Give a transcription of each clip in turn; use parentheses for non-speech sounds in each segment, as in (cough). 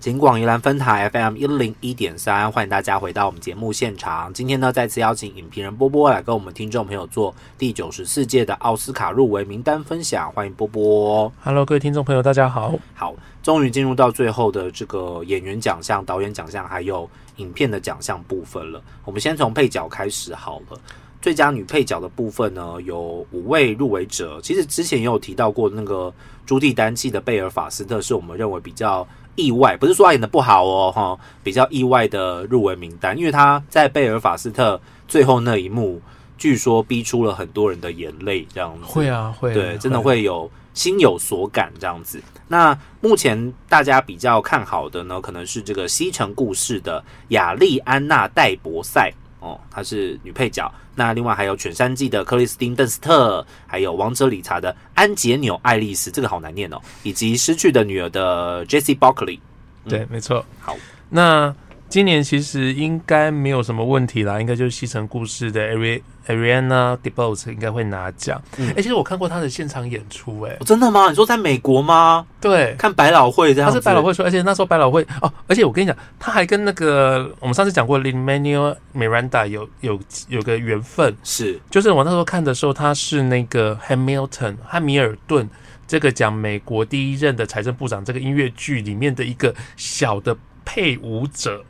金广宜兰分台 FM 一零一点三，欢迎大家回到我们节目现场。今天呢，再次邀请影评人波波来跟我们听众朋友做第九十四届的奥斯卡入围名单分享，欢迎波波。 Hello，各位听众朋友，大家好。好，终于进入到最后的这个演员奖项、导演奖项，还有影片的奖项部分了。我们先从配角开始好了。最佳女配角的部分呢，有五位入围者。其实之前也有提到过，那个朱蒂丹契的贝尔法斯特是我们认为比较意外，不是说她演的不好哦，哈，比较意外的入围名单，因为她在贝尔法斯特最后那一幕，据说逼出了很多人的眼泪，这样子。会啊，会啊，对，真的会有心有所感这样子。那目前大家比较看好的呢，可能是这个《西城故事》的雅丽安娜戴博赛哦，她是女配角。那另外还有《犬山记》的克里斯汀·邓斯特，还有《王者理查》的安杰纽·爱丽丝，这个好难念哦，以及《失去的女儿》的 Jessie Buckley。对，没错。嗯好，那今年其实应该没有什么问题啦，应该就是《西城故事》的 Ari Ariana DeBose 应该会拿奖。哎、嗯其实我看过她的现场演出、哎哦，真的吗？你说在美国吗？对，看百老汇这样她子？是百老汇说，而且那时候百老汇哦，而且我跟你讲，她还跟那个我们上次讲过 Lin Manuel Miranda 有有有个缘分，是就是我那时候看的时候，他是那个 Hamilton 汉密尔顿这个讲美国第一任的财政部长这个音乐剧里面的一个小的配舞者，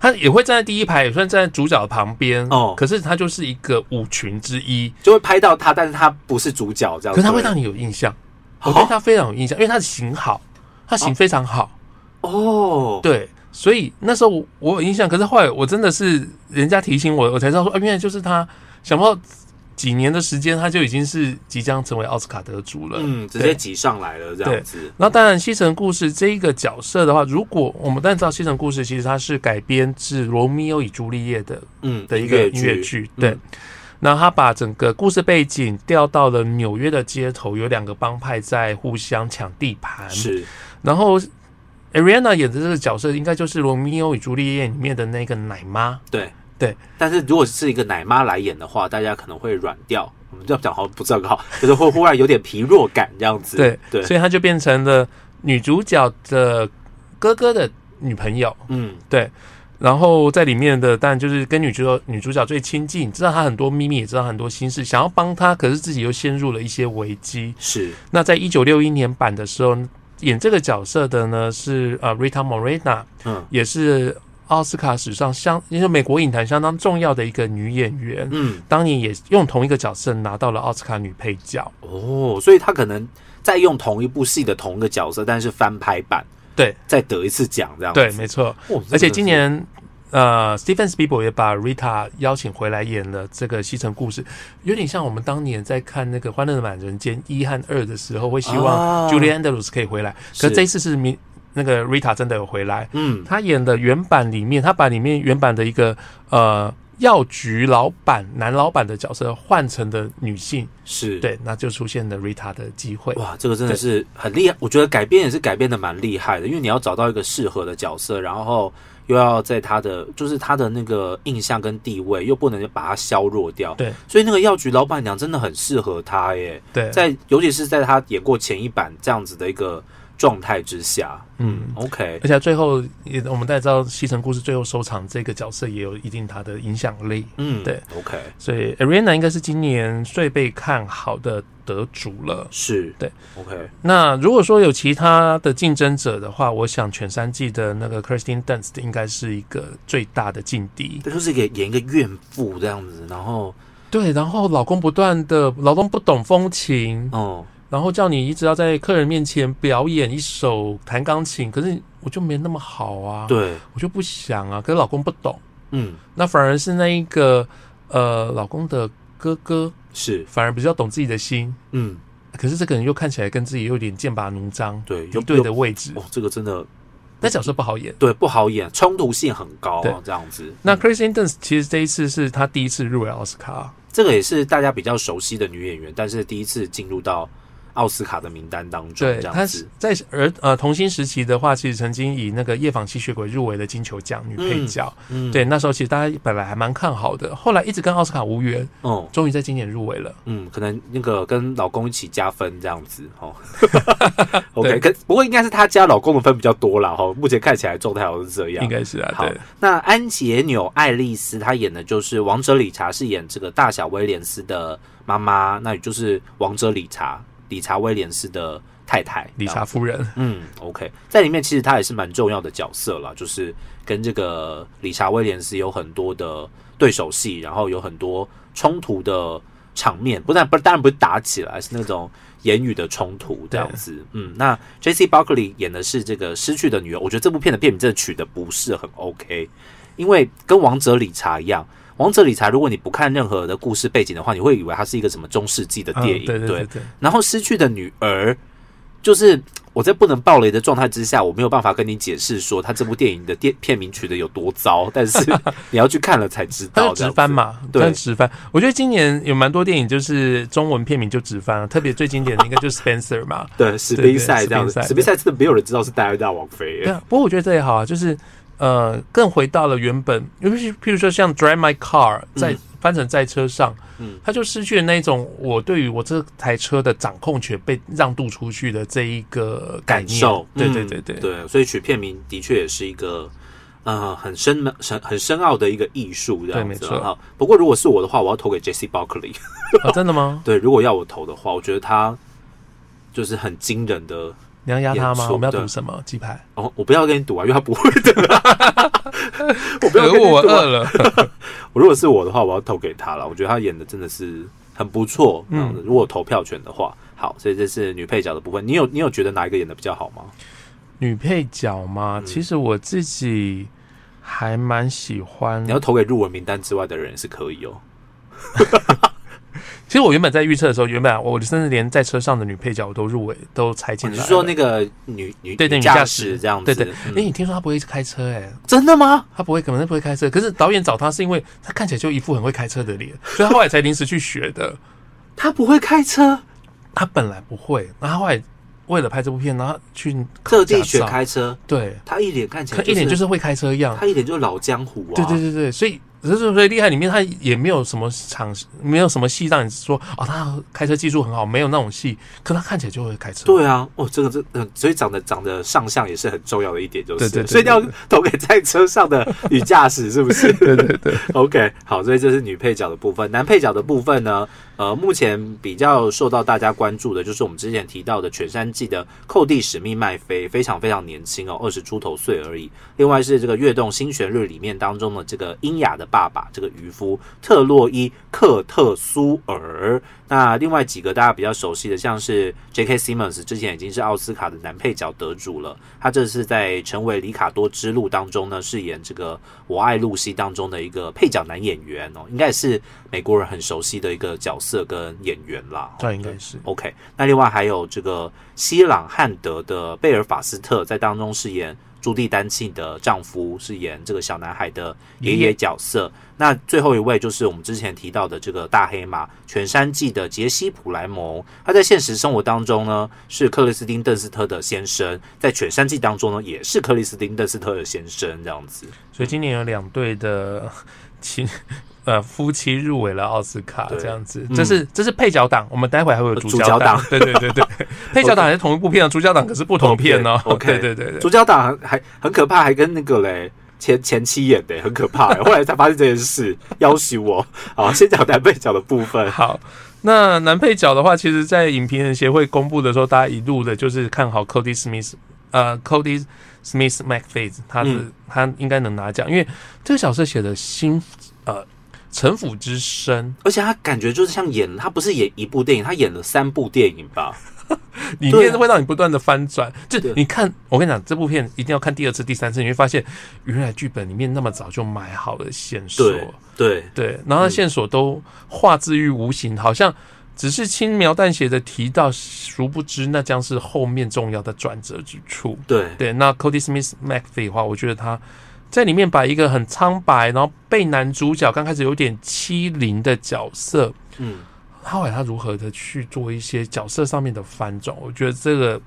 他也会站在第一排，也算站在主角旁边哦可是他就是一个舞群之一，就会拍到她，但是她不是主角这样可子。是他会让你有印象，我对他非常有印象，因为他的型好，他型非常好，哦，对。所以那时候我我有印象，可是后来我真的是人家提醒我，我才知道说，啊，原来就是他，想不到几年的时间，他就已经是即将成为奥斯卡得主了。嗯，直对接挤上来了这样子。那当然，《西城故事》这一个角色的话，如果我们当然知道，《西城故事》其实它是改编自《罗密欧与朱丽叶》的嗯的一个音乐剧，对。嗯那他把整个故事背景调到了纽约的街头，有两个帮派在互相抢地盘。，是然后 Ariana 演的这个角色，应该就是《罗密欧与朱丽叶》里面的那个奶妈。对对。但是如果是一个奶妈来演的话，大家可能会软掉。我们这样讲好像不是很好，就是会忽然有点疲弱感这样子。对，对，所以他就变成了女主角的哥哥的女朋友。嗯，然后在里面的，当然就是跟女主角女主角最亲近，知道她很多秘密，也知道很多心事，想要帮她，可是自己又陷入了一些危机。是那在一九六一年版的时候，演这个角色的呢是呃 Rita Moreno，嗯也是奥斯卡史上相，也是美国影坛相当重要的一个女演员。嗯当年也用同一个角色拿到了奥斯卡女配角，哦，所以他可能在用同一部戏的同一个角色，但是翻拍版，对，再得一次奖这样子。对，没错。哦，这而真的且今是年呃，Steven Spielberg 也把 Rita 邀请回来演了这个《西城故事》，有点像我们当年在看那个《欢乐的满人间》一和二的时候，会希啊望 Julie Andrews 可以回来，可是是这一次是明那个 Rita 真的有回来，嗯她演的原版里面，她把里面原版的一个呃。药局老板、男老板的角色换成的女性，是对，那就出现了 Rita 的机会。哇，这个真的是很厉害，我觉得改编也是改编的蛮厉害的，因为你要找到一个适合的角色，然后又要在他的就是他的那个印象跟地位，又不能把它削弱掉。对，所以那个药局老板娘真的很适合他耶，对，在尤其是在他演过前一版这样子的一个状态之下嗯， ，OK，而且最后也，我们大家知道《西城故事》最后收场这个角色也有一定他的影响力，嗯，对，OK，所以 Ariana 应该是今年最被看好的得主了。是，对，OK，那如果说有其他的竞争者的话，我想全三季的那个 Kirsten Dunst 应该是一个最大的劲敌。这就是演演一个怨妇这样子，然后，对，然后老公不断的，老公不懂风情，哦、然后叫你一直要在客人面前表演一首弹钢琴，可是我就没那么好啊，，对，我就不想啊，可是老公不懂。嗯，那反而是那一个呃老公的哥哥，是，反而比较懂自己的心。嗯，可是这个人又看起来跟自己有点剑拔弩张，对，敌有嗯对的位置，哦，这个真的那角色不好演。对，不好演，冲突性很高、对啊，这样子。那 Kristen Dunst 其实这一次是她第一次入围奥斯卡，这个也是大家比较熟悉的女演员，但是第一次进入到奥斯卡的名单当中。对，这她样是子，在儿呃童星时期的话，其实曾经以那个《夜访吸血鬼》入围了金球奖女配角。嗯，对，那时候其实大家本来还蛮看好的，后来一直跟奥斯卡无缘，哦，终于在今年入围了。嗯，可能那个跟老公一起加分这样子 (laughs) 哦。对 OK，可不过应该是她加老公的分比较多啦哈、哦。目前看起来状态好像是这样，应该是啊，好对，，那安杰纽·爱丽丝她演的就是王者理查，饰演这个大小威廉斯的妈妈，那也就是王者理查理查威廉斯的太太理查这样夫人。嗯，OK，在里面其实她也是蛮重要的角色啦，就是跟这个理查威廉斯有很多的对手戏，然后有很多冲突的场面，不但不当然不是打起来，是那种言语的冲突这样子。嗯，那 J.C. Buckley 演的是这个失去的女儿，我觉得这部片的片名真的取得不是很 OK，因为跟王者理查一样。王者理查，如果你不看任何的故事背景的话，你会以为它是一个什么中世纪的嗯电影，对对对，然后失去的女儿，就是我在不能暴雷的状态之下，我没有办法跟你解释说他这部电影的电片名取得有多糟，但 (laughs) 是你要去看了才知他道。就直翻嘛，嘛，对他就直翻。我觉得今年有蛮多电影就是中文片名就直翻，特别最经典的应该就是 (laughs) Spencer 嘛。对，史对宾塞史这样宾子，塞史宾塞真的没有人知道是戴安娜王妃对。啊，不过我觉得这也好啊，就是呃，更回到了原本，尤其是譬如说像 Drive My Car 在、翻成在车上，嗯他就失去了那种我对于我这台车的掌控权被让渡出去的这一个概感念。受，对嗯对对对，对，所以取片名的确也是一个。呃，很深门、深很深奥的一个艺术，这样对没子错啊哈。不过如果是我的话，我要投给 J.C. Buckley。哦，真的吗？ (laughs) 对，如果要我投的话，我觉得他就是很惊人的你要压他演吗？出我们要对赌什么鸡排？哦，我不要跟你赌啊，因为他不会的。我不可要恶跟你我赌、饿啊。了。我如果是我的话，我要投给他了。我觉得他演的真的是很不错。嗯嗯，如果有投票权的话，好，所以这是女配角的部分。你有你有觉得哪一个演的比较好吗？嗯女配角嘛，嗯其实我自己还蛮喜欢你。要投给入围名单之外的人也是可以哦。其实我原本在预测的时候，原本啊我甚至连在车上的女配角我都入围，都猜进你来是了。说那个女女对对，女驾驾驶驶这样子？对对，哎、嗯你听说她不会开车、哎，真的吗？她不会，可能不会开车。可是导演找她是因为她看起来就一副很会开车的脸， (laughs) 所以她后来才临时去学的。她不会开车，她本来不会，然后她后来为了拍这部片，然后去考特地驾学照。开车，对，她一脸看起来、可一脸就是是会开车一样。她一脸就是老江湖啊。对对对对，所以就是所以厉害里面，他也没有什么场，没有什么戏让你说哦，他开车技术很好，没有那种戏，可他看起来就会开车。对啊，哦，这个这嗯，所以长得长得上相也是很重要的一点，就是，对对对所以一定要投给在车上的女驾驶，是不是对对对， (laughs) ？OK，好，所以这是女配角的部分，男配角的部分呢，呃，目前比较受到大家关注的就是我们之前提到的《犬山记》的寇蒂史密麦菲，非常非常年轻哦，二十出头岁而已。另外是这个《跃动新旋律》里面当中的这个英雅的爸爸，这个渔夫特洛伊克特苏尔。那另外几个大家比较熟悉的，像是 J.K. Simmons 之前已经是奥斯卡的男配角得主了，他这次在《成为里卡多之路》当中呢，饰演这个《我爱露西》当中的一个配角男演员哦，应该也是美国人很熟悉的一个角色跟演员啦。对，应该是 OK，那另外还有这个西朗汉德的贝尔法斯特在当中饰演朱蒂丹契的丈夫，饰演这个小男孩的爷爷爷角色。那最后一位就是我们之前提到的这个大黑马《全山记》的杰西·普莱蒙，他在现实生活当中呢是克里斯汀·邓斯特的先生，在《全山记》当中呢也是克里斯汀·邓斯特的先生这样子。所以今年有两对的亲。 (laughs) 呃，夫妻入围了奥斯卡，对这样子，嗯这是这是配角档，我们待会还会有主主角档档，对对对 (laughs) 对，配角档还是同一部片啊，主角档可是不同片哦。 OK，OK 对对对对，主角党很还很可怕，还跟那个嘞前前妻演的、很可怕、后来才发现这件 (laughs) 事，要挟我。好，先讲男配角的部分。好，那男配角的话，其实，在影评人协会公布的时候，大家一路的就是看好 Cody Smith，呃，Cody Smith McFaith，他的、嗯他应该能拿奖，因为这个角色写的心，呃，城府之深，而且他感觉就是像演，他不是演一部电影，他演了三部电影吧？里对面啊会让你不断的翻转。就对你看，我跟你讲，这部片一定要看第二次、第三次，你会发现原来剧本里面那么早就埋好了线索。对对，对，然嗯后线索都化之于无形，好像只是轻描淡写的提到，殊不知那将是后面重要的转折之处。对，对，那 Cody Smith McPhee 的话，我觉得他在里面把一个很苍白，然后被男主角刚开始有点欺凌的角色，嗯，后来他如何的去做一些角色上面的翻转，我觉得这个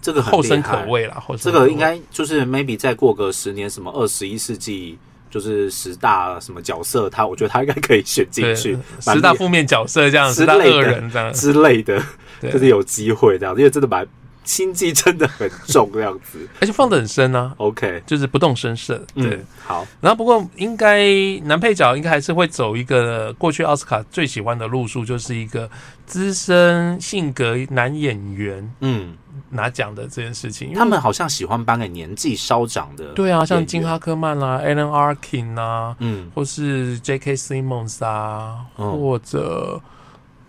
这个很后厉生害可畏啦。后这生可个畏应该就是 maybe 再过个十年，什么二十一世纪就是十大什么角色，他我觉得他应该可以选进对去，蛮十大厉负面角色这样，之十大类的恶人这样，之类的，对就是有机会这样，因为真的蛮心机真的很重这样子。而且放得很深啊， OK，就是不动声色。对，嗯，好，然后不过应该男配角应该还是会走一个过去奥斯卡最喜欢的路数，就是一个资深性格男演员嗯，拿奖的这件事情。因为他们好像喜欢颁给年纪稍长的，对啊，像演金员哈克曼啦、Alan Arkin 啊，嗯，或是 J.K. Simmons 啊，嗯或者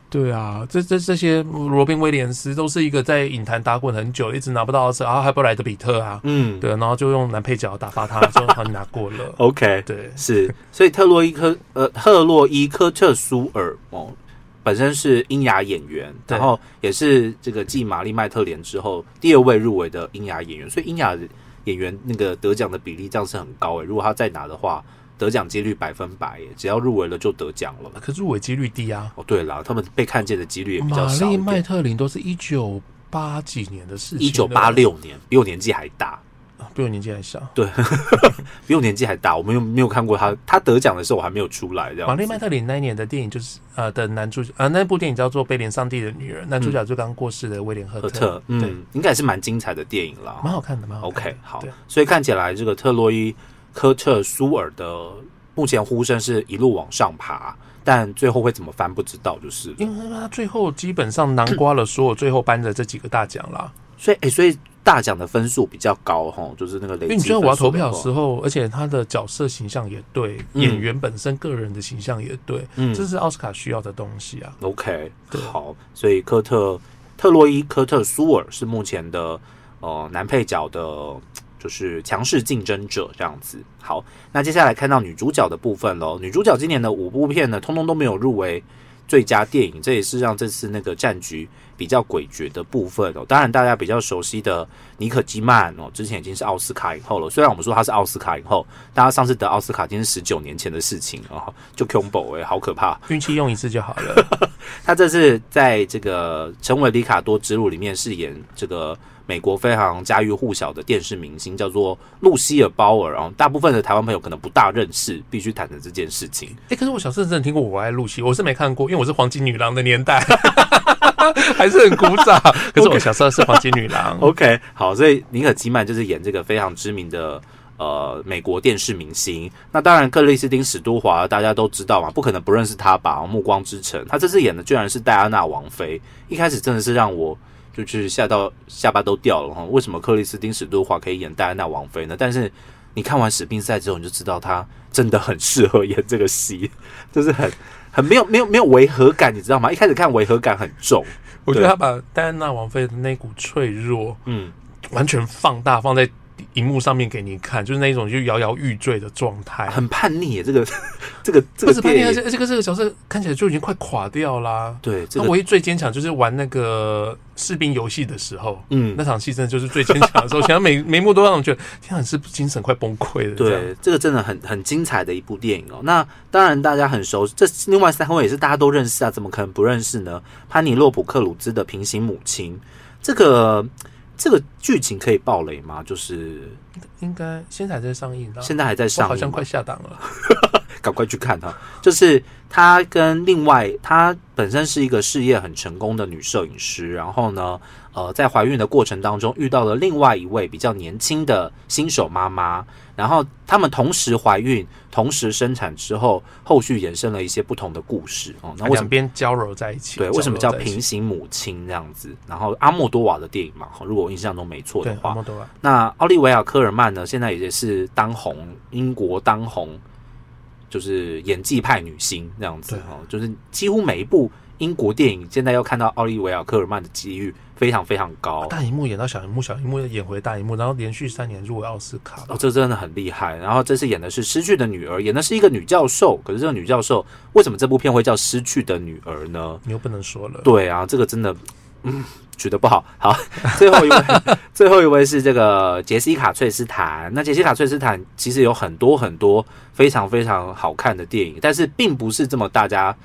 对啊，这这这些罗宾威廉斯都是一个在影坛打滚很久，一直拿不到奥斯卡，然后还不莱德比特啊，嗯，，对，然后就用男配角打发他，就好你拿过了，OK，对，是，所以特洛伊科呃特洛伊科特苏尔哦，本身是英雅演员，对然后也是这个继玛丽麦特莲之后第二位入围的英雅演员，所以英雅演员那个得奖的比例这样是很高欸诶、如果他再拿的话，得奖几率百分百耶、只要入围了就得奖了。可入围几率低啊。哦，对了，他们被看见的几率也比较玛少丽一麦点。特林都是一九八几年的事情了，一九八六年，比我年纪还大，啊比我年纪还小。比我年纪还大，我没有没有看过他，他得奖的时候我还没有出来，这样子。玛丽麦特林那一年的电影就是呃的男主角呃那部电影叫做《悲怜上帝的女人》，男主角就刚过世的威廉赫赫特特，，对，嗯，应该也是蛮精彩的电影啦。蛮好看的，蛮好看的 OK，好对，所以看起来这个特洛伊科特苏尔的目前呼声是一路往上爬，但最后会怎么翻不知道，就是了因为他最后基本上囊括了所有最后颁的这几个大奖啦。所以诶、所以大奖的分数比较高吼，就是那个累因积。为你知道我要投票的时，候，而且他的角色形象也对，嗯演员本身个人的形象也对，嗯这是奥斯卡需要的东西啊。 ，OK，对好，所以科特特洛伊科特苏尔是目前的呃男配角的。就是强势竞争者这样子。好，那接下来看到女主角的部分喽。女主角今年的五部片呢，通通都没有入围最佳电影，这也是让这次那个战局比较诡谲的部分哦。当然，大家比较熟悉的妮可基曼哦，之前已经是奥斯卡影后了。虽然我们说她是奥斯卡影后，但她上次得奥斯卡已经是十九年前的事情了哦，就 combo 哎、好可怕。运气用一次就好了。他这次在这个《成为里卡多之路》里面饰演这个美国非常家喻户晓的电视明星，叫做露西尔·鲍尔啊。大部分的台湾朋友可能不大认识，必须坦诚这件事情。哎、可是我小时候真的听过《我爱露西》，我是没看过，因为我是黄金女郎的年代， (laughs) 还是很古早。 (laughs) 哦可是我小时候是黄金女郎， (laughs) OK，好，所以尼可基曼就是演这个非常知名的呃美国电视明星。那当然，克里斯汀史都华大家都知道嘛，不可能不认识他吧？《暮光之城》，他这次演的居然是戴安娜王妃，一开始真的是让我。就是吓到下巴都掉了哈！为什么克里斯汀史都华可以演戴安娜王妃呢？但是你看完《史宾赛》之后，你就知道她真的很适合演这个戏，就是很很没有没有没有违和感，你知道吗？一开始看违和感很重，我觉得他把戴安娜王妃的那股脆弱嗯，完全放大放在荧幕上面给你看，就是那一种就摇摇欲坠的状态。很叛逆耶，这个 (laughs) 这个这不个是叛逆，电而影且而且啊这个角色看起来就已经快垮掉啦。对，这那个唯一最坚强就是玩那个士兵游戏的时候，嗯那，场戏真的就是最坚强的时候， (laughs) 其他每每一幕都让我觉得，天啊，你是不是精神快崩溃了。这样，对，这个真的很很精彩的一部电影哦。那当然大家很熟，这另外三位也是大家都认识啊，怎么可能不认识呢？潘尼洛普克鲁兹的《平行母亲》，这个这个剧情可以爆雷吗？就是应该现在还在上映啊，现在还在我上映吗，好像快下档了。赶快去看哈。就是她跟另外，她本身是一个事业很成功的女摄影师，然后呢，呃，在怀孕的过程当中遇到了另外一位比较年轻的新手妈妈，然后他们同时怀孕、同时生产之后，后续衍生了一些不同的故事哦。那为什两么？边交融在一起，对，为什么交叫融在一起平？行母亲这样子？然后阿莫多瓦的电影嘛，哦如果我印象中没错的对，话阿，莫多瓦那奥利维亚·科尔曼呢，现在也是当红英国当红，就是演技派女星这样子对哦，就是几乎每一部英国电影现在要看到奥利维亚·科尔曼的机遇非常非常高。大荧幕演到小荧幕，小荧幕又演回大荧幕，然后连续三年入围奥斯卡。哦，这真的很厉害。然后这次演的是《失去的女儿》，演的是一个女教授。可是这个女教授为什么这部片会叫《失去的女儿》呢？你又不能说了，对啊，这个真的，嗯，取得不好。好， (laughs) 最后一位，最后一位是这个杰西卡·翠斯坦。那杰西卡·翠斯坦其实有很多很多非常非常好看的电影，但是并不是这么大家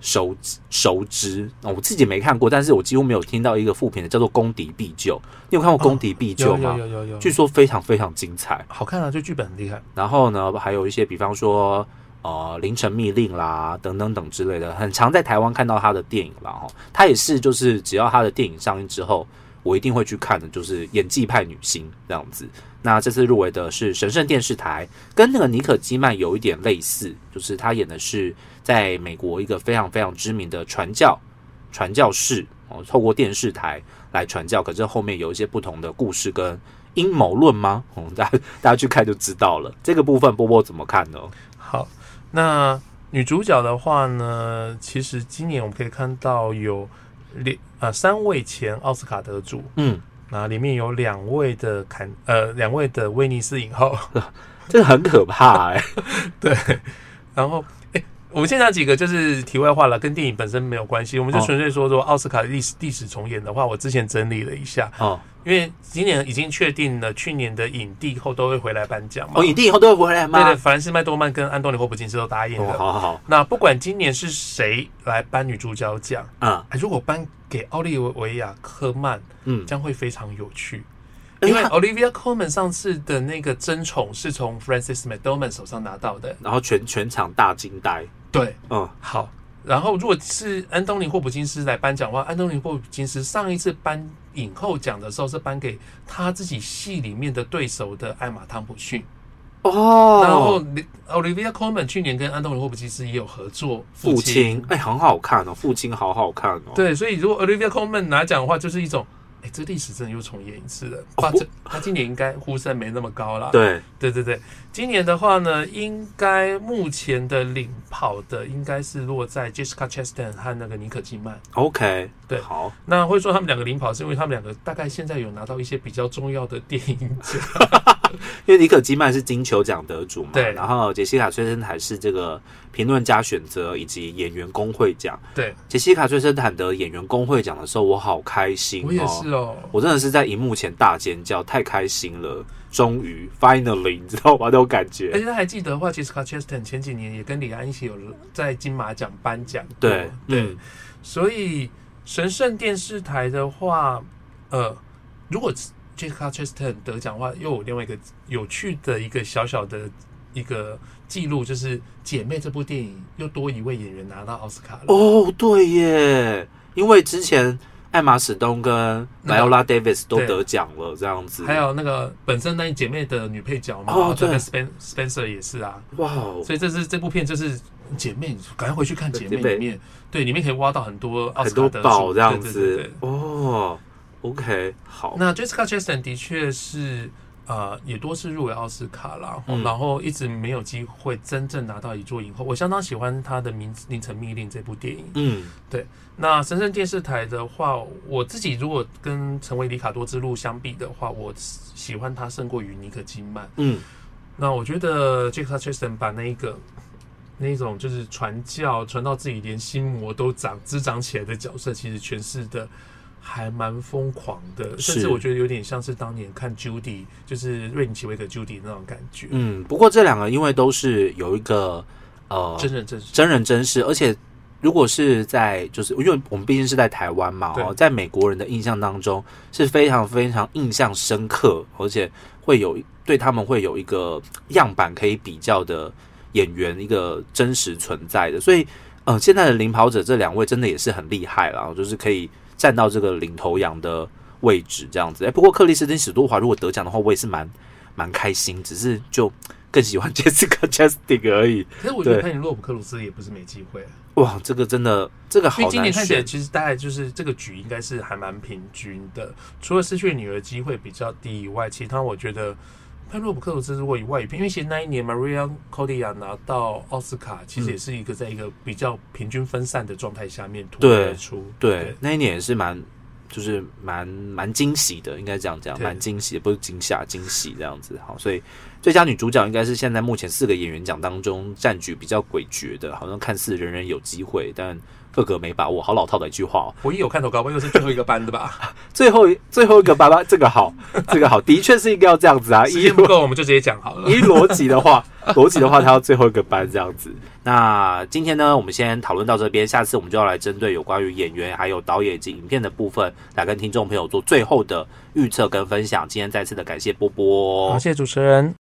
熟熟知、哦我自己没看过，但是我几乎没有听到一个负评的，叫做《攻敌必救》。你有看过《攻敌必救》哦有吗？有有有有，据说非常非常精彩。好看啊，这剧本很厉害。然后呢，还有一些比方说呃《凌晨密令》啦，等等等之类的，很常在台湾看到他的电影啦。哈，他也是就是只要他的电影上映之后，我一定会去看的，就是演技派女星这样子。那这次入围的是神圣电视台，跟那个妮可基曼有一点类似，就是她演的是在美国一个非常非常知名的传教传教士哦，透过电视台来传教，可是后面有一些不同的故事跟阴谋论吗？哦，大家大家去看就知道了。这个部分波波怎么看哦呢？好，那女主角的话呢，其实今年我们可以看到有两啊、三位前奥斯卡得主，嗯，那里面有两位的坎呃两位的威尼斯影后，这个很可怕哎、 (laughs) 对，然后哎、我们先讲几个就是题外话了，跟电影本身没有关系，我们就哦纯粹说说奥斯卡历史历史重演的话，我之前整理了一下，哦因为今年已经确定了去年的影帝后都会回来颁奖嘛，哦，影帝以后都会回来对吗对，？凡是麦多曼跟安东尼霍普金斯都答应哦，了。好好好，那不管今年是谁来颁女主角奖，嗯哎如果颁给奥利维亚·科曼，嗯，将会非常有趣。哎因为他 Olivia Colman 上次的那个争宠是从 Francis McDormand 手上拿到的，然后全全场大惊呆，对，嗯好。然后如果是安东尼·霍普金斯来颁奖的话，安东尼·霍普金斯上一次颁影后奖的时候是颁给他自己戏里面的对手的艾玛·汤普逊，哦，然后 Olivia Colman 去年跟安东尼·霍普金斯也有合作父亲，哎、很好看哦，父亲好好看哦，对，所以如果 Olivia Colman 拿奖的话，就是一种，哎、这历史真的又重演一次了。哇，这他今年应该呼声没那么高啦。对，对对对，今年的话呢，应该目前的领跑的应该是落在 Jessica Chastain 和那个妮可基曼。 OK，对好，那会说他们两个领跑，是因为他们两个大概现在有拿到一些比较重要的电影奖。因为尼可基曼是金球奖得主嘛，对然后杰西卡·崔森坦是这个评论家选择以及演员工会奖。对，杰西卡·崔森坦得演员工会奖的时候，我好开心 (laughs) 我也是哦！哦。我真的是在荧幕前大尖叫，太开心了！终于，finally，你知道吗？那种感觉而。且他还记得的话，Jessica Chastain 前几年也跟李安一起有在金马奖颁奖过。对，嗯，所以神圣电视台的话，呃，如果 Jessica Chastain 得奖的话，又有另外一个有趣的一个小小的一个记录，就是《姐妹》这部电影又多一位演员拿到奥斯卡了。哦，对耶，因为之前艾玛·史东跟莱欧拉·戴维斯都对得奖了，这样子。还有那个本身那姐妹的女配角嘛，哦然后这对个 Spen Spencer 也是啊，哇哦，所以这是这部片就是姐妹，赶快回去看姐妹姐妹里面，对，里面可以挖到很多奥很斯卡多得宝主这样对对子对对哦。OK，好，那 Jessica Chastain 的确是呃也多次入围奥斯卡啦，嗯然后一直没有机会真正拿到一座影后。我相当喜欢她的名《凌晨密令》这部电影。嗯，那深圳电视台的话，我自己如果跟成为里卡多之路相比的话，我喜欢她胜过于尼可基曼。嗯，那我觉得 Jessica Chastain 把那一个。那种就是传教传到自己连心魔都长滋长起来的角色，其实诠释的还蛮疯狂的，是甚至我觉得有点像是当年看 Judy，就是瑞尼奇维克 Judy 那种感觉，嗯，不过这两个因为都是有一个呃真人真事。真人真事，而且如果是在就是因为我们毕竟是在台湾嘛，对哦，在美国人的印象当中是非常非常印象深刻，而且会有对他们会有一个样板可以比较的演员一个真实存在的，所以呃，现在的领跑者这两位真的也是很厉害啦，哦就是可以站到这个领头羊的位置这样子。哎、不过克里斯汀史多华如果得奖的话，我也是蛮蛮开心，只是就更喜欢 (laughs) Jessica Chastain 而已。可是我觉得对看你洛普克鲁斯也不是没机会，啊哇，这个真的，这个因好为今难年看起来选。其实大概就是这个局应该是还蛮平均的，除了失去女儿机会比较低以外，其他我觉得。潘洛普克鲁斯如果以外语片，因为其实那一年 Maria Cotillard 拿到奥斯卡，其实也是一个在一个比较平均分散的状态下面突对然而出。对，那一年也是蛮，就是蛮蛮惊喜的，应该这样讲，对蛮惊喜的，不是惊吓，惊喜这样子。好，所以最佳女主角应该是现在目前四个演员奖当中占据比较诡谲的，好像看似人人有机会，但个个没把握，好老套的一句话哦。我一有看头，搞不好又是最后一个班 (laughs) 的吧？最后一最后一个爸爸，这个好，这个好，的确是应该要这样子啊。时一间不够，我们就直接讲好 (laughs) 了。依逻辑的话，逻辑的话，它要最后一个班这样子。那今天呢，我们先讨论到这边，下次我们就要来针对有关于演员、还有导演以及影片的部分，来跟听众朋友做最后的预测跟分享。今天再次的感谢波波，哦好，谢谢主持人。